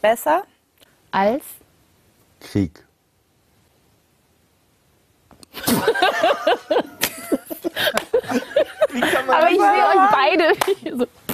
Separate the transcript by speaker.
Speaker 1: besser
Speaker 2: als
Speaker 3: Krieg.
Speaker 2: Aber ich sehe euch beide. So.